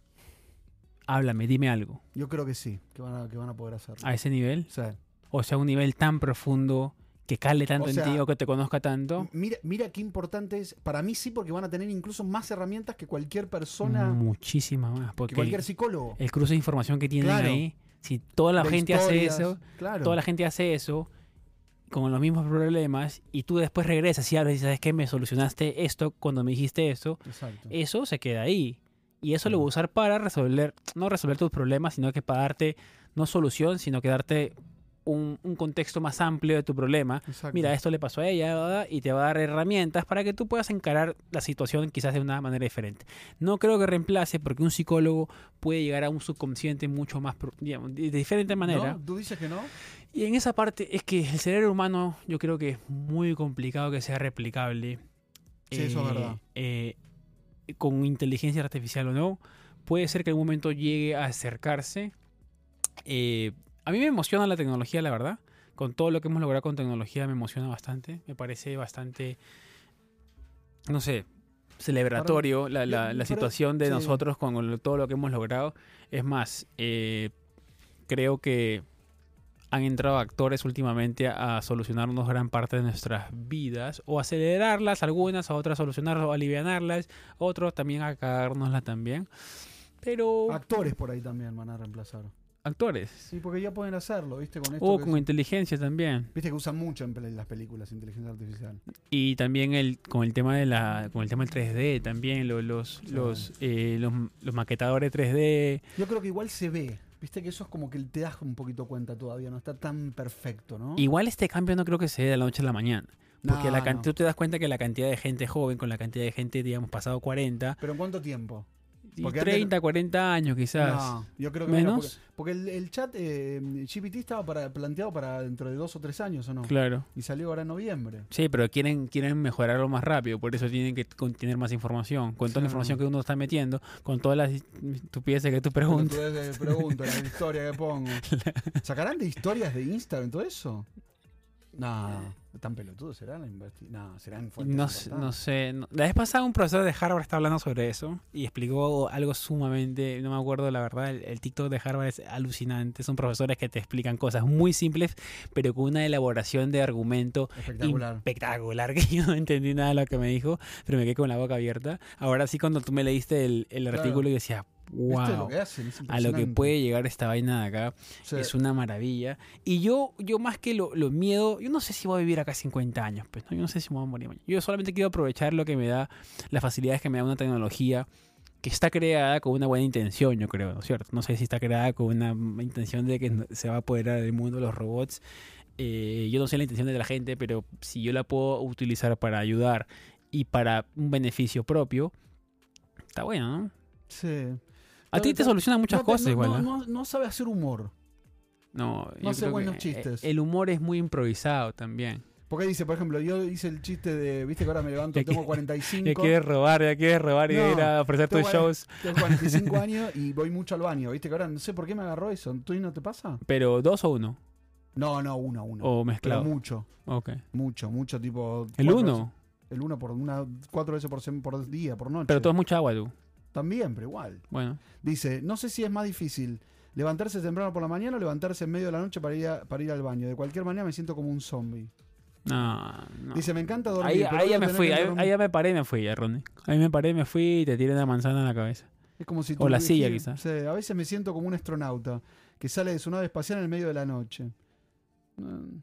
háblame, dime algo. Yo creo que sí, que van a, que van a poder hacerlo. A ese nivel, O sea, o sea, un nivel tan profundo que cale tanto O sea, en ti o que te conozca tanto. m- mira, mira qué importante es. Para mí sí, porque van a tener incluso más herramientas que cualquier persona, Mm, Muchísimas más. que Porque cualquier psicólogo. el cruce de información que tienen Claro. ahí, si toda Eh, la de gente historias, hace eso, Claro. toda la gente hace eso con los mismos problemas y tú después regresas y hablas y dices, ¿sabes qué? Me solucionaste esto cuando me dijiste esto. Exacto. Eso se queda ahí. Y eso lo voy a usar para resolver, no resolver tus problemas, sino que para darte, no solución, sino que darte un, un contexto más amplio de tu problema. Exacto. Mira, esto le pasó a ella ¿verdad? y te va a dar herramientas para que tú puedas encarar la situación quizás de una manera diferente. No creo que reemplace porque un psicólogo puede llegar a un subconsciente mucho más, pro- digamos, de de diferente manera. ¿No? ¿Tú dices que no? Y en esa parte es que el cerebro humano yo creo que es muy complicado que sea replicable. Sí, eso es verdad. eh, con inteligencia artificial o no. Puede ser que en algún momento llegue a acercarse. Eh, a mí me emociona la tecnología, la verdad. Con todo lo que hemos logrado con tecnología me emociona bastante. Me parece bastante, no sé, celebratorio la, la- la yo- pero- situación de sí. nosotros con lo- todo lo que hemos logrado. Es más, eh, creo que han entrado actores últimamente a, a solucionarnos gran parte de nuestras vidas o acelerarlas algunas, a otras solucionarlas o alivianarlas, otros también a cagárnoslas también. Pero Actores por ahí también van a reemplazar. actores Sí, porque ya pueden hacerlo, ¿viste? Con esto. o que Oh, con es- inteligencia también Viste que usan mucho en pel- las películas inteligencia artificial. y también el con el tema de la con el tema del 3D también lo- los Sí. los eh, los, los maquetadores 3D Yo creo que igual se ve. Viste que eso es como que te das un poquito cuenta todavía, no está tan perfecto, ¿no? igual este cambio no creo que se dé de la noche a la mañana porque No, la no. cantidad, tú te das cuenta que la cantidad de gente joven con la cantidad de gente digamos pasado 40 ¿Pero en cuánto tiempo? y Porque antes- 30 40 años quizás No, yo creo que menos. porque, porque el, el chat eh, GPT estaba para, planteado para dentro de dos o tres años, ¿o no? Claro. Y salió ahora en noviembre. Sí, pero quieren, quieren mejorarlo más rápido, por eso tienen que con- tener más información. Con toda la Sí. información que uno está metiendo, con todas las estupideces que tú preguntas. Entonces, eh, pregunto, la historia que pongo. ¿Sacarán de historias de Instagram todo eso? No, tan pelotudos serán la investi- No, serán Eh. fuentes No, sé- no importantes. sé. no- La vez pasada un profesor de Harvard estaba hablando sobre eso y explicó algo sumamente, no me acuerdo la verdad, el, el TikTok de Harvard es alucinante. Son profesores que te explican cosas muy simples, pero con una elaboración de argumento Espectacular. espectacular, que yo no entendí nada de lo que me dijo, pero me quedé con la boca abierta. Ahora sí, cuando tú me leíste el, el Claro. artículo, yo decía, wow. Esto es lo que hacen, es a lo que impresionante. puede llegar esta vaina de acá. O sea, Es una maravilla. Y yo, yo más que lo, lo miedo, yo no sé si voy a vivir acá 50 años, pues, ¿no? Yo no sé si me voy a morir mañana. Yo solamente quiero aprovechar lo que me da, las facilidades que me da una tecnología que está creada con una buena intención, yo creo, ¿no es cierto? No sé si está creada con una intención de que no- se va a apoderar del mundo los robots. Eh, yo no sé la intención de la gente, pero si yo la puedo utilizar para ayudar y para un beneficio propio, está bueno, ¿no? sí. A ti te No, soluciona muchas no te- cosas no- igual. no- ¿eh? no- no sabe hacer humor. No, No yo hace creo que, buenos eh, chistes. El humor es muy improvisado también. Porque dice, por ejemplo, yo hice el chiste de, viste que ahora me levanto, Ya tengo que- 45, Ya quieres robar, ya quieres robar y No, ir a ofrecer te tus voy a- shows. tengo 45 años y voy mucho al baño, viste que ahora no sé por qué me agarró eso, ¿tú no te pasa? Pero dos o uno. No, no, uno, uno. O Pero mezclado. mucho, Ok. mucho, mucho, tipo... Oh, El cuatro uno. veces- el uno por una, cuatro veces por, sem- por día, por noche. Pero tomas mucha agua tú. También, pero igual. Bueno. Dice, no sé si es más difícil levantarse temprano por la mañana o levantarse en medio de la noche para ir, a- para ir al baño. De cualquier manera me siento como un zombie. No, no. Dice, me encanta dormir. Ahí, pero ahí voy a ya me tener fui, que ahí, dormir". ahí ya me paré y me fui, ya, Ronnie. Ahí me paré, me fui y te tiré una manzana en la cabeza. Es como si O la silla, elegir- quizás. Sí, a veces me siento como un astronauta que sale de su nave espacial en el medio de la noche. Mm.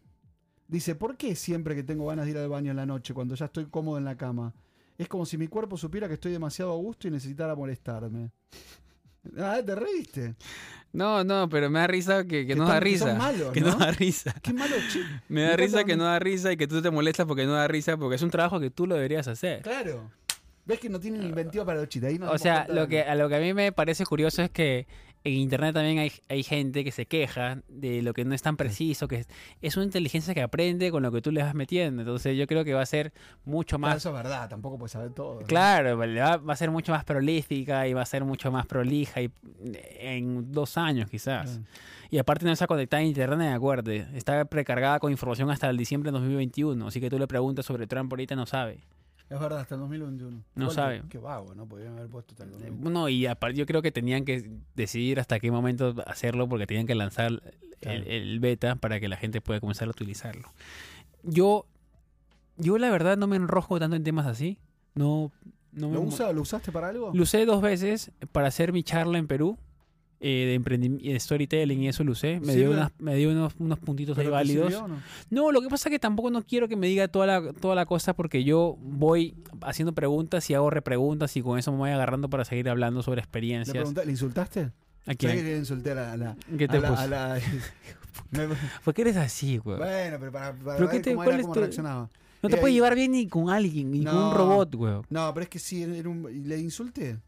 Dice, ¿por qué siempre que tengo ganas de ir al baño en la noche cuando ya estoy cómodo en la cama? Es como si mi cuerpo supiera que estoy demasiado a gusto y necesitara molestarme. Ah, te reíste. No, no, pero me da risa que, Que están- que son malos, ¿no? risa. Qué malo chiste. Me da risa que no da risa y que tú te molestas porque no da risa, porque es un trabajo que tú lo deberías hacer. Claro. ¿Ves que no tienen inventiva para los chistes? Ahí nos O dimos sea, cuenta de lo que, a lo que a mí me parece curioso es que en internet también hay, hay gente que se queja de lo que no es tan preciso, que es, es una inteligencia que aprende con lo que tú le vas metiendo. Entonces yo creo que va a ser mucho Claro, más... eso es verdad, tampoco puedes saber todo. ¿no? Claro, le va, va a ser mucho más prolífica y va a ser mucho más prolija y, en dos años quizás. Claro. Y aparte no está conectada a internet, acuérdate. Está precargada con información hasta el diciembre de 2021. Así que tú le preguntas sobre Trump ahorita no sabe. Es verdad, hasta el 2021. No Igual sabe. que- Qué vago, ¿no? Podrían haber puesto hasta el 2021. No, y aparte yo creo que tenían que decidir hasta qué momento hacerlo porque tenían que lanzar el- Claro. el, beta para que la gente pueda comenzar a utilizarlo. Yo, yo la verdad no me enrojo tanto en temas así. No, no me ¿Lo, mo- usa- ¿Lo usaste para algo? Lo usé dos veces para hacer mi charla en Perú eh, de emprendimiento, storytelling y eso lo usé. Me dio, ¿Sirve? unas- me dio unos, unos puntitos ahí ¿Pero te válidos. sirvió o no? No, lo que pasa es que tampoco no quiero que me diga toda la, toda la cosa porque yo voy haciendo preguntas y hago repreguntas y con eso me voy agarrando para seguir hablando sobre ¿Le, experiencias. preguntaste- ¿Le insultaste? ¿A ¿Sabés que quién? le insulté a la... a la- ¿Qué te a la- puso? a la- Me- ¿Por qué eres así, güey? bueno, pero para, para ¿Pero qué ver te- cómo, cuál era, es cómo tu- reaccionaba. No te eh, puedes llevar bien ni con alguien, ni con un No. robot, güey. No, pero es que sí, era un- y le insulté.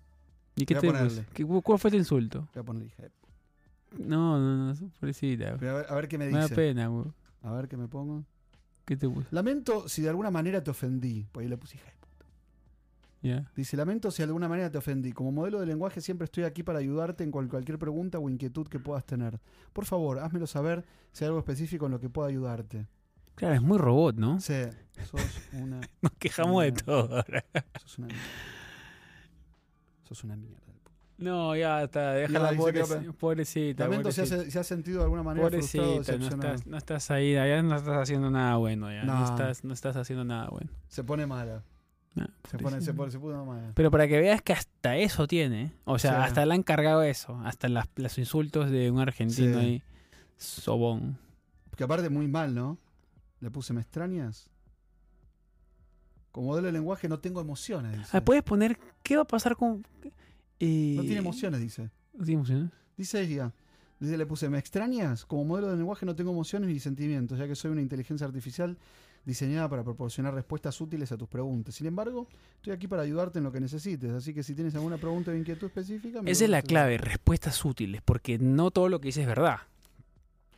¿Y qué Voy a te ponerle. puso? ¿Qué- ¿Cuál fue tu insulto? Le voy a poner hija de- No, no, no, pobrecita. güey. pero a, ver, a ver qué me Me da dice. pena, güey. A ver qué me pongo. ¿Qué te puso? Lamento si de alguna manera te ofendí. Pues ahí le puse hija de- Ya. Dice, lamento si de alguna manera te ofendí. Como modelo de lenguaje siempre estoy aquí para ayudarte en cual- cualquier pregunta o inquietud que puedas tener. Por favor, házmelo saber si hay algo específico en lo que pueda ayudarte. Claro, es muy robot, ¿no? Sí, sos una, Nos quejamos de No. todo. ahora. sos una mierda. Sos una mierda. No, ya está. Déjala, ahí se pobre- quedó, pobrecita. pobrecita. Lamento si has, si has sentido de alguna manera frustrado o Pobrecita, no decepcionado. estás, no estás ahí, ya no estás haciendo nada bueno, ya. No, No. estás, no estás haciendo nada bueno. Se pone mala. Ah, Se pone, se pone, se puso mala. Pero para que veas que hasta eso tiene, o sea, Sí. hasta le han cargado eso, hasta las, los insultos de un argentino Sí. ahí, sobón. Que aparte muy mal, ¿no? Le puse, ¿me extrañas? Como modelo de lenguaje no tengo emociones, dice. Ah, Puedes poner, ¿qué va a pasar con...? eh, No tiene emociones, dice. ¿No tiene emociones? Dice ella, dice, le puse, ¿me extrañas? Como modelo de lenguaje no tengo emociones ni sentimientos, ya que soy una inteligencia artificial diseñada para proporcionar respuestas útiles a tus preguntas. Sin embargo, estoy aquí para ayudarte en lo que necesites, así que si tienes alguna pregunta o inquietud específica... me Esa es la preguntas. clave, respuestas útiles, porque no todo lo que dices es verdad.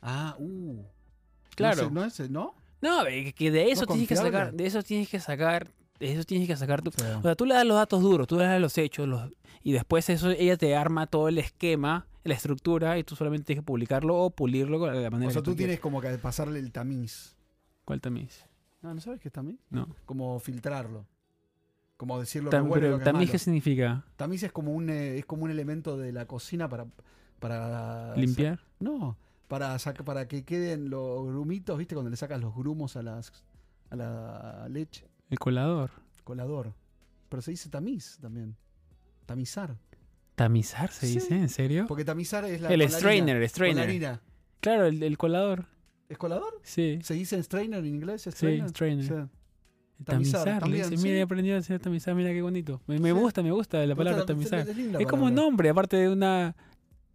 Ah, uh. Claro. No, sé, ¿no? No, ve, que de eso No tienes que confiable. sacar, de eso tienes que sacar, de eso tienes que sacar tu, es, ¿no? O sea, tú le das los datos duros, tú le das los hechos, los- y después eso ella te arma todo el esquema, la estructura, y tú solamente tienes que publicarlo o pulirlo con- de la manera O sea, que tú quieras. tienes como que pasarle el tamiz. ¿Cuál tamiz? No, ¿no sabes qué es tamiz? No. Como filtrarlo. Como decir lo Tam- que bueno y pero lo que es tamiz, malo. ¿qué significa? Tamiz es como un eh, es como un elemento de la cocina para para ¿Limpiar? No, para saca- para que queden los grumitos, ¿viste? Cuando le sacas los grumos a las a la leche, ¿El colador? colador. Pero se dice tamiz también. Tamizar. ¿Tamizar se Sí. dice? ¿En serio? Porque tamizar es la con la el harina, strainer, el con la strainer. harina. Claro, el, el colador. ¿Es colador? Sí. ¿Se dice strainer en inglés? Sí, ¿Strainer? strainer. Sí. tamizar Tamizar. le también, dice, sí. mira, he aprendido a hacer tamizar, mira qué bonito. Me, me Sí. gusta, me gusta la palabra Está- está- tamizar. Es, linda es como un palabra. nombre, aparte de una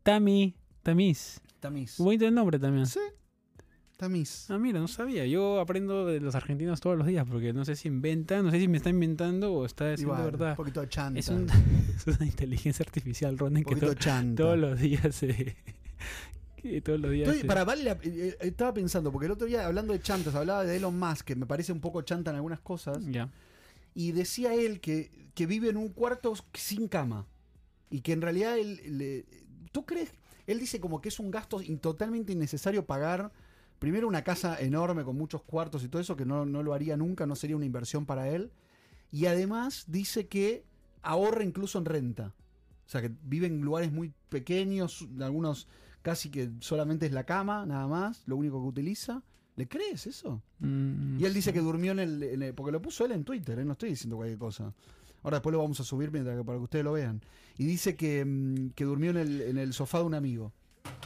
tami, tamiz. Tamiz. Bonito el nombre también. Sí. Tamiz. Ah, mira, no sabía. Yo aprendo de los argentinos todos los días porque no sé si inventan, no sé si me está inventando o está diciendo Igual, Un verdad. poquito chanta. Es, un- es una inteligencia artificial, Ronen, un que poquito to- chanta. todos los días se... que todos los días Estoy- se- para, vale la- eh, eh, estaba pensando, porque el otro día hablando de chantas, hablaba de Elon Musk, que me parece un poco chanta en algunas cosas, Ya. y decía él que, que vive en un cuarto sin cama, y que en realidad él... le- ¿Tú crees? Él dice como que es un gasto in- totalmente innecesario pagar, primero una casa enorme con muchos cuartos y todo eso, que no, no lo haría nunca, no sería una inversión para él, y además dice que ahorra incluso en renta. O sea, que vive en lugares muy pequeños, algunos casi que solamente es la cama, nada más, lo único que utiliza. ¿Le crees eso? Mm, Y él dice que durmió en el, en el- Porque lo puso él en Twitter, ¿eh? no estoy diciendo cualquier cosa. Ahora después lo vamos a subir mientras que- para que ustedes lo vean. Y dice que, mm, que durmió en el, en el sofá de un amigo.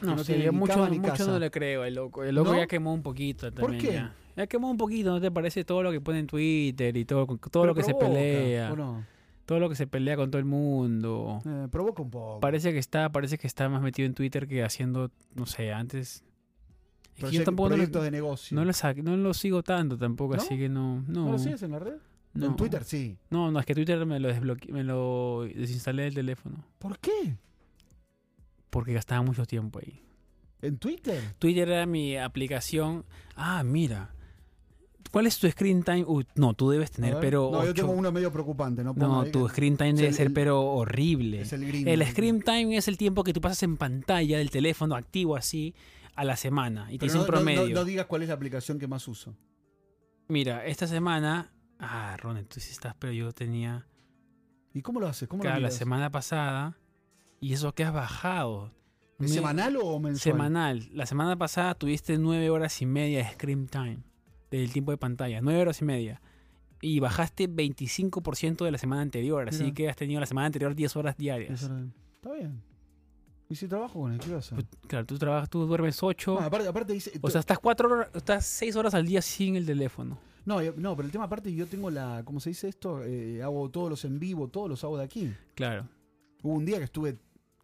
No, no sí, tiene yo ni mucho, cama ni mucho casa. no le creo al loco. El loco ¿No? ya quemó un poquito también. qué? Ya. Ya quemó un poquito, ¿no te parece? Todo lo que pone en Twitter y todo, todo lo que Pero provoca, se pelea. ¿o no? Todo lo que se pelea con todo el mundo. Eh, provoca un poco. Parece que está, parece que está más metido en Twitter que haciendo, no sé, antes. Es que Proye- yo tampoco no lo, proyectos de negocio. no lo sa- no lo sigo tanto tampoco, ¿No? así que no, no. ¿No lo sigues en la red? No, En Twitter sí. No, no, es que Twitter me lo desbloqueé, me lo desinstalé del teléfono. ¿Por qué? Porque gastaba mucho tiempo ahí. ¿En Twitter? Twitter era mi aplicación. Ah, mira. ¿Cuál es tu screen time? Uy, no, tú debes A tener, ver. pero. No, yo ocho. tengo uno medio preocupante. No, pongo No, ahí tu que- screen time es debe el- ser, el- pero horrible. Es el green. El screen time es el tiempo que tú pasas en pantalla del teléfono activo así a la semana. Y te Pero dice no- un no- no- promedio. No, digas cuál es la aplicación que más uso. Mira, esta semana. Ah, Ron, tú sí estás, pero yo tenía. ¿Y cómo lo haces? ¿Cómo lo Claro, la miras? semana pasada. Y eso que has bajado. Me- ¿Es semanal o mensual? Semanal. La semana pasada tuviste nueve horas y media de screen time. Del tiempo de pantalla. Nueve horas y media. Y bajaste 25% de la semana anterior. Así Mira. que has tenido la semana anterior 10 horas diarias. Está bien. ¿Y si trabajo con él? ¿Qué voy a hacer? Pues, Claro, tú trabajas, tú duermes 8. No, aparte, aparte dice. o sea, estás cuatro horas, estás 6 horas al día sin el teléfono. no, yo- no, pero el tema aparte, yo tengo la. ¿Cómo se dice esto? Eh, hago todos los en vivo, todos los hago de aquí. Claro. Hubo un día que estuve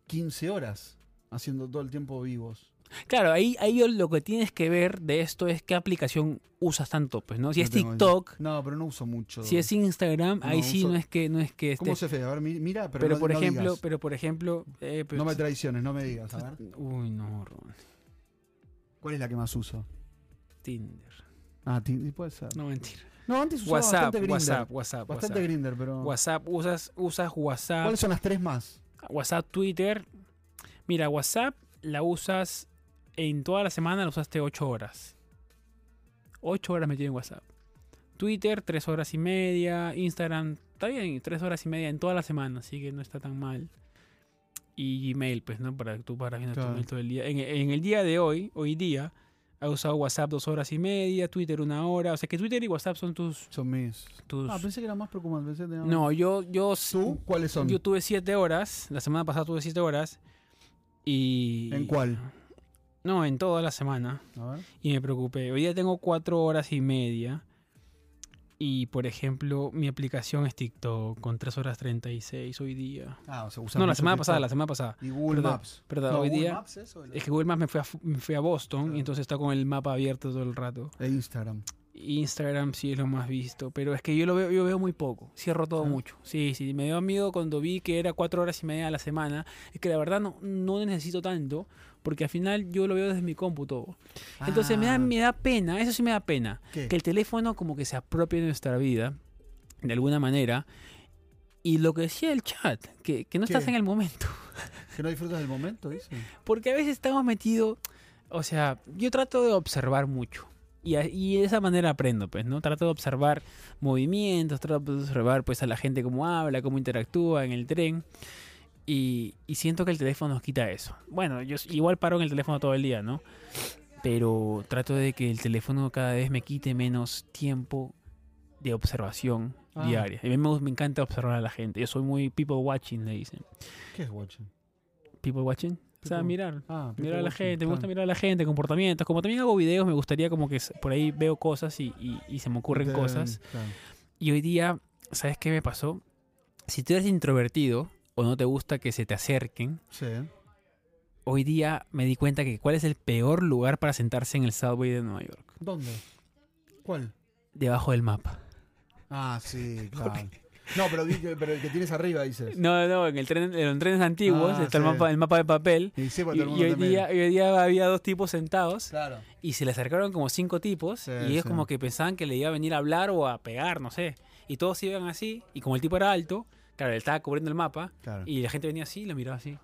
15 horas haciendo todo el tiempo vivos. Claro, ahí, ahí yo lo que tienes que ver de esto es qué aplicación usas tanto, pues, ¿no? Si No es tengo TikTok, No, pero no uso mucho. si es Instagram, ahí No, sí uso- no es que no es que ¿Cómo estés- se fe? A ver, mi- mira, pero, pero, no- por no ejemplo, digas. pero por ejemplo, eh, pero- No me traiciones, no me digas. A ver. Uy, no, Ron. ¿Cuál es la que más uso? Tinder. Ah, Tinder puede ser. No mentira. No, antes usaba WhatsApp, bastante Grindr. WhatsApp, WhatsApp, Bastante WhatsApp. Grinder, pero. WhatsApp, usas usas WhatsApp. ¿Cuáles son las tres más? WhatsApp, Twitter. Mira, WhatsApp la usas en toda la semana, la usaste 8 horas. 8 horas metido en WhatsApp. Twitter, 3 horas y media. Instagram, está bien, 3 horas y media en toda la semana, así que no está tan mal. Y Gmail, pues, ¿no? Para que tú paras viendo tu Claro. mail todo el día. En, en el día de hoy, hoy día, ha usado WhatsApp 2 horas y media, Twitter una hora. O sea que Twitter y WhatsApp son tus. Son mis. tus... Ah, pensé que era más preocupante. Pensé que tenía- no, yo, yo ¿Tú? ¿Cuáles son? yo tuve 7 horas, la semana pasada tuve 7 horas y... ¿En cuál? No, en toda la semana. A ver. Y me preocupé. Hoy día tengo 4 horas y media. Y por ejemplo, mi aplicación es TikTok con 3 horas 36 hoy día. Ah, o sea, usas No, la mucho semana pasada, la TikTok. semana pasada. Y Google Perdón, Maps. perdón, No, hoy Google día- Maps, eso, Es que Google Maps me fue a, me fui a Boston Claro. y entonces está con el mapa abierto todo el rato. E Instagram. Instagram sí es lo más visto, pero es que yo lo veo, yo veo muy poco, cierro todo ¿Sí? mucho. Sí, sí, me dio miedo cuando vi que era cuatro horas y media a la semana, es que la verdad no, no necesito tanto, porque al final yo lo veo desde mi cómputo. Entonces me, da, Ah, me da pena, eso sí me da pena, ¿qué? que el teléfono como que se apropie de nuestra vida, de alguna manera, y lo que decía el chat, que, que no ¿Qué? estás en el momento. Que no disfrutas del momento, dice. Porque a veces estamos metidos, o sea, yo trato de observar mucho. Y, a- y de esa manera aprendo, pues, ¿no? Trato de observar movimientos, trato de observar, pues, a la gente cómo habla, cómo interactúa en el tren. Y, y siento que el teléfono nos quita eso. Bueno, yo s- igual paro en el teléfono todo el día, ¿no? Pero trato de que el teléfono cada vez me quite menos tiempo de observación Ah. diaria. A mí me, me encanta observar a la gente. Yo soy muy people watching, le dicen. ¿Qué es watching? ¿People watching? O sea, People- mirar. Ah, Mirar a la watching, gente, me gusta claro. mirar a la gente, comportamientos. Como también hago videos, me gustaría como que s- por ahí veo cosas y, y- y se me ocurren Te- cosas. claro. Y hoy día, ¿sabes qué me pasó? Si tú eres introvertido o no te gusta que se te acerquen, Sí. ¿eh? hoy día me di cuenta que cuál es el peor lugar para sentarse en el subway de Nueva York. ¿Dónde? ¿Cuál? Debajo del mapa. Ah, sí, claro. No, pero, vi que- pero el que tienes arriba, dices. No, no, en, el tren, en los trenes antiguos Ah, está el, sí. mapa, el mapa de papel. Y sí, Y, porque todo el y mundo hoy también. día, y hoy día había dos tipos sentados Claro. Y se le acercaron como cinco tipos Sí, y ellos sí. como que pensaban que le iba a venir a hablar o a pegar, no sé. Y todos iban así y como el tipo era alto, claro, él estaba cubriendo el mapa Claro. y la gente venía así y lo miraba así.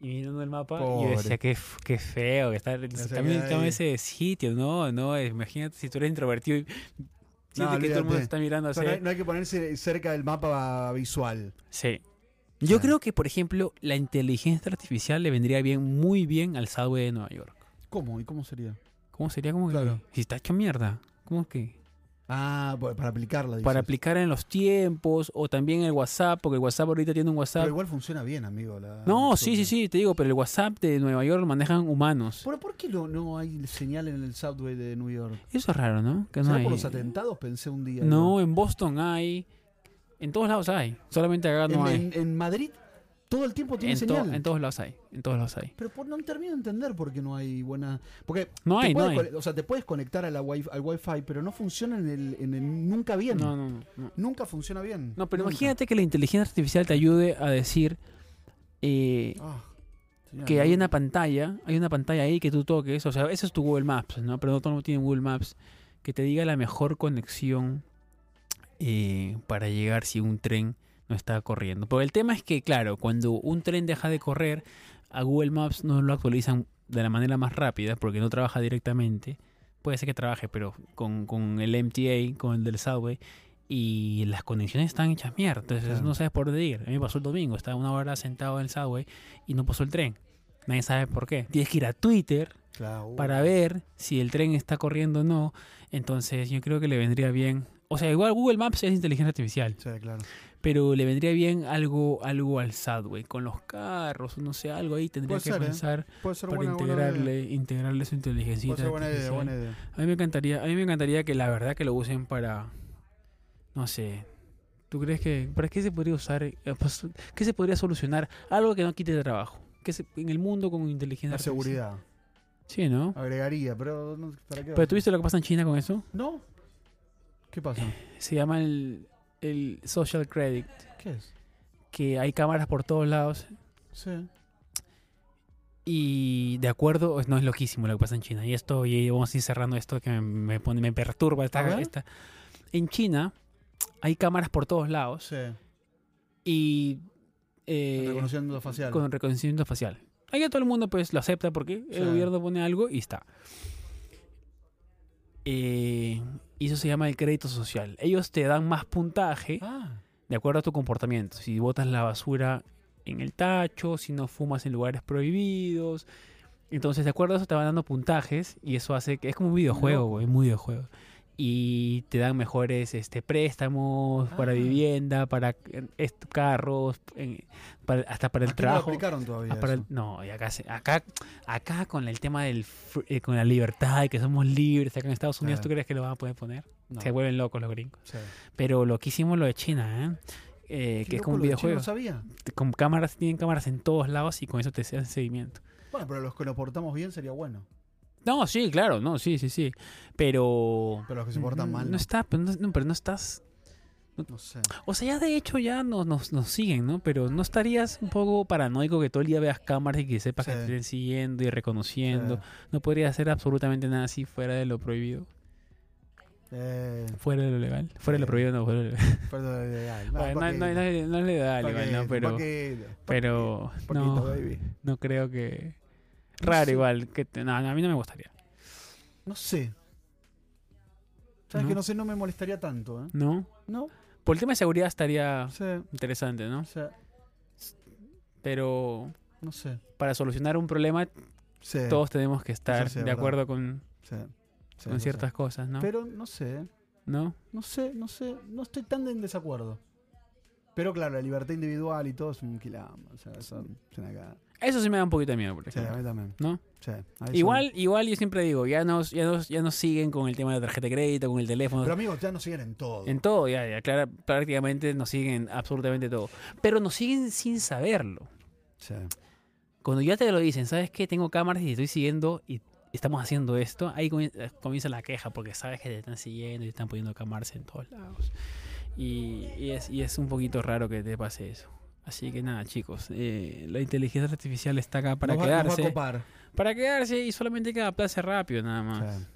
Y mirando el mapa y Pobre. yo decía, qué, f- qué feo que está se también queda todo ahí. ese sitio, no, no, imagínate si tú eres introvertido y sientes que todo olvídate. el mundo te está mirando O así. sea, no, hay, no hay que ponerse cerca del mapa visual. Sí. Ah. Yo Sí. creo que, por ejemplo, la inteligencia artificial le vendría bien, muy bien al subway de Nueva York. ¿Cómo? ¿Y cómo sería? ¿Cómo sería como que? Claro. Si está hecho mierda, ¿cómo que? Ah, pa- para aplicarla. Dices. para aplicar en los tiempos o también el WhatsApp, porque el WhatsApp ahorita tiene un WhatsApp. Pero igual funciona bien, amigo. la- no, sí, sí, sobre- sí, te digo, pero el WhatsApp de Nueva York lo manejan humanos. ¿Pero por qué no, no hay señal en el subway de New York? Eso es raro, ¿no? Que no ¿Será hay. por los atentados? Pensé un día. No, en Boston hay. En todos lados hay. Solamente acá digo. no en, hay. en- en Madrid Todo el tiempo tiene en, to- señal. en todos lados hay. En todos lados hay. Pero por, no termino de entender por qué no hay buena. Porque No te hay, no puedes hay. co- O sea, te puedes conectar a la wi al wifi, pero no funciona en el, en el- nunca bien. No, no, no. No, Nunca funciona bien. No, pero Nunca. imagínate que la inteligencia artificial te ayude a decir eh, Ah, señal. que hay una pantalla, hay una pantalla ahí que tú toques. O sea, eso es tu Google Maps, ¿no? Pero no todo el mundo tiene Google Maps. Que te diga la mejor conexión eh, para llegar si un tren no está corriendo. Porque el tema es que, claro, cuando un tren deja de correr, a Google Maps no lo actualizan de la manera más rápida porque no trabaja directamente. Puede ser que trabaje, pero con, con el MTA, con el del subway, y las conexiones están hechas mierda. Entonces Claro. no sabes por dónde ir. A mí me pasó el domingo, estaba una hora sentado en el subway y no pasó el tren. Nadie sabe por qué. Tienes que ir a Twitter Claro. para ver si el tren está corriendo o no. Entonces yo creo que le vendría bien. O sea, igual Google Maps es inteligencia artificial, Sí, claro. pero le vendría bien algo, algo al Subway, con los carros, no sé, algo ahí tendría Puede que ser, ¿eh? pensar Puede ser para buena, buena idea. integrarle, integrarle su inteligencia Puede ser buena idea, artificial. buena idea. A mí me encantaría, a mí me encantaría que la verdad que lo usen para, no sé. ¿Tú crees que para qué se podría usar, eh, pues, qué se podría solucionar algo que no quite trabajo? Que se- en el mundo con inteligencia La artificial. seguridad. Ah, Sí, ¿no? Agregaría, pero no- ¿para qué? Pero ¿tú viste lo que pasa en China con eso? ¿No? ¿Qué pasa? Se llama el, el social credit, ¿Qué es? que hay cámaras por todos lados Sí. y de acuerdo, es- no es loquísimo lo que pasa en China. Y esto, y vamos a ir cerrando esto que me, me pone, me perturba A esta, ver. esta. En China hay cámaras por todos lados Sí. y... eh, Reconociendo facial. Con reconocimiento facial. Ahí ya todo el mundo pues lo acepta porque Sí. el gobierno pone algo y está. Eh, y eso se llama el crédito social. Ellos te dan más puntaje Ah, de acuerdo a tu comportamiento. Si botas la basura en el tacho, si no fumas en lugares prohibidos. Entonces, de acuerdo a eso, te van dando puntajes y eso hace que es como un videojuego, Loco. güey, muy videojuego. Y te dan mejores este, préstamos para Ah. vivienda, para eh, est- carros, en- para- hasta para el aquí No trabajo. lo aplicaron todavía. Ah, para el- eso. no, y acá, se- acá, acá con el tema del fr- eh, con la libertad y que somos libres, acá en Estados Unidos, Claro. ¿tú crees que lo van a poder poner? Ah. No, Se vuelven locos los gringos. sí. Pero lo que hicimos lo de China, ¿eh? Eh, Qué que es loco como un lo de China, videojuego. No sabía. Con cámaras, tienen cámaras en todos lados y con eso te hacen seguimiento. Bueno, pero los que nos portamos bien sería bueno. No, sí, claro, no, sí, sí, sí. Pero. Pero los que se portan no- mal. No, No, está, pero no, no, pero no estás. no sé. O sea, ya de hecho ya nos, nos, nos siguen, ¿no? Pero no estarías un poco paranoico que todo el día veas cámaras y que sepas que Sí. te estén siguiendo y reconociendo. Sí. No podría hacer absolutamente nada así fuera de lo prohibido. Eh, Fuera de lo legal. Fuera de lo Sí. prohibido, no, fuera de lo legal. perdón, eh, Bueno, eh, no, no, paquete, no- no es legal, igual, paquete, ¿no? Pero, paquete, pero paquete, no, baby. no creo que... No Raro sé. igual. Que te- no, no, a mí no me gustaría. No sé. Sabes No. que no sé, no me molestaría tanto, ¿eh? ¿No? No, Por el tema de seguridad estaría sé, interesante, ¿no? o sea, Pero no sé. para solucionar un problema Sé, todos tenemos que estar sí, de verdad. acuerdo con, sé, sé, con no sé. ciertas cosas, ¿no? Pero no sé, ¿No? no sé, no sé, no estoy tan en desacuerdo. Pero claro, la libertad individual y todo es un quilombo. O sea, eso es una cagada. Eso sí me da un poquito de miedo, por Sí, a ejemplo. mí también. ¿No? Sí, a mí eso- Igual, igual yo siempre digo, ya nos, ya nos, ya nos siguen con el tema de la tarjeta de crédito, con el teléfono, Pero amigos, ya nos siguen en todo. En todo, ya, ya clara- prácticamente nos siguen absolutamente todo. Pero nos siguen sin saberlo. Sí. Cuando ya te lo dicen, ¿sabes qué? Tengo cámaras y te estoy siguiendo y estamos haciendo esto, ahí comien- eh, comienza la queja porque sabes que te están siguiendo y te están poniendo cámaras en todos lados. Y, y es, y es un poquito raro que te pase eso. Así que nada, chicos, eh, la inteligencia artificial está acá para Nos va- nos va a quedarse. copar. para quedarse y solamente hay que adaptarse rápido, nada más. Sí. En Vamos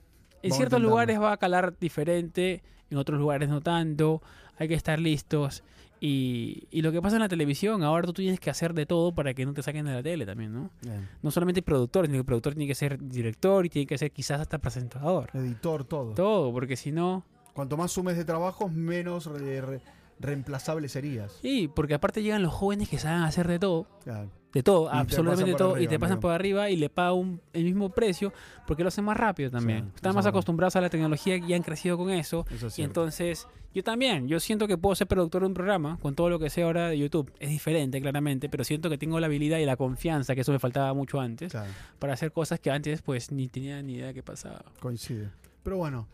ciertos intentando. lugares va a calar diferente, en otros lugares no tanto. Hay que estar listos. Y, y lo que pasa en la televisión, ahora tú tienes que hacer de todo para que no te saquen de la tele también, ¿no? Bien. No solamente productor, sino que el productor tiene que ser director y tiene que ser quizás hasta presentador. Editor, todo. Todo, porque si no... Cuanto más sumes de trabajos, menos re- re- reemplazable serías. Sí, porque aparte llegan los jóvenes que saben hacer de todo. Claro. De todo, te pasan absolutamente por todo, y arriba, te pasan amigo. por arriba y le pagan un- el mismo precio porque lo hacen más rápido también. Sí, Están eso más es verdad. acostumbrados a la tecnología y han crecido con eso. Eso es Y cierto. entonces, yo también, yo siento que puedo ser productor de un programa con todo lo que sé ahora de YouTube. Es diferente, claramente, pero siento que tengo la habilidad y la confianza, que eso me faltaba mucho antes, Claro, para hacer cosas que antes pues ni tenía ni idea que pasaba. coincide. Pero bueno,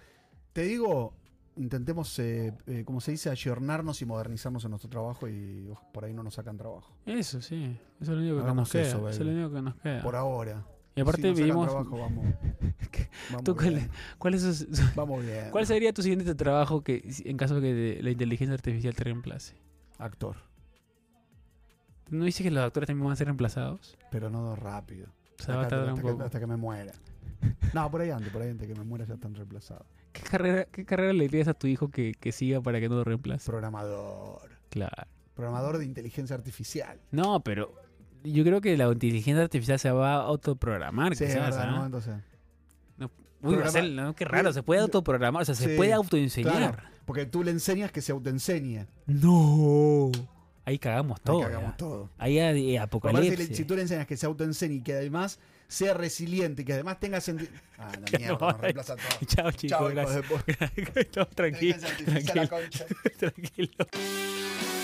te digo, intentemos, eh, eh, como se dice, ayornarnos y modernizarnos en nuestro trabajo y oh, por ahí no nos sacan trabajo. Eso sí, eso es lo único que Hagamos nos queda. eso, Eso, es lo baby. único que nos queda. Por ahora. y aparte Si nos sacan vivimos. trabajo, vamos, vamos ¿Tú cuál, bien. cuál es su- Vamos bien. cuál sería tu siguiente trabajo que si- en caso que de- la inteligencia artificial te reemplace? Actor, ¿No dices que los actores también van a ser reemplazados? pero no rápido. O sea, va a Acá, tardar hasta, un que, poco. hasta que me muera. No, por ahí antes, por ahí antes que me muera ya están reemplazados. ¿Qué carrera, qué carrera le dirías a tu hijo que, que siga para que no lo reemplace? Programador. Claro. Programador de inteligencia artificial. No, pero yo creo que la inteligencia artificial se va a autoprogramar, Sí, es quizás. verdad, ¿ah? ¿no? Entonces, Uy, Programa- Marcel, ¿no? Qué raro, se puede autoprogramar, o sea, se Sí, puede autoenseñar. porque tú le enseñas que se autoenseña. No. Ahí cagamos todo. Ahí cagamos ya. todo. Ahí hay eh, Aparte, apocalipsis. si, le- si tú le enseñas que se autoenseñe y que además sea resiliente y que además tenga sentido. Ah, la mierda, no, nos reemplaza todo. Chao, chicos. Chao, hijos gracias. de puta. No, tranquilo, Inteligencia artificial, la tranquilo, concha. tranquilo.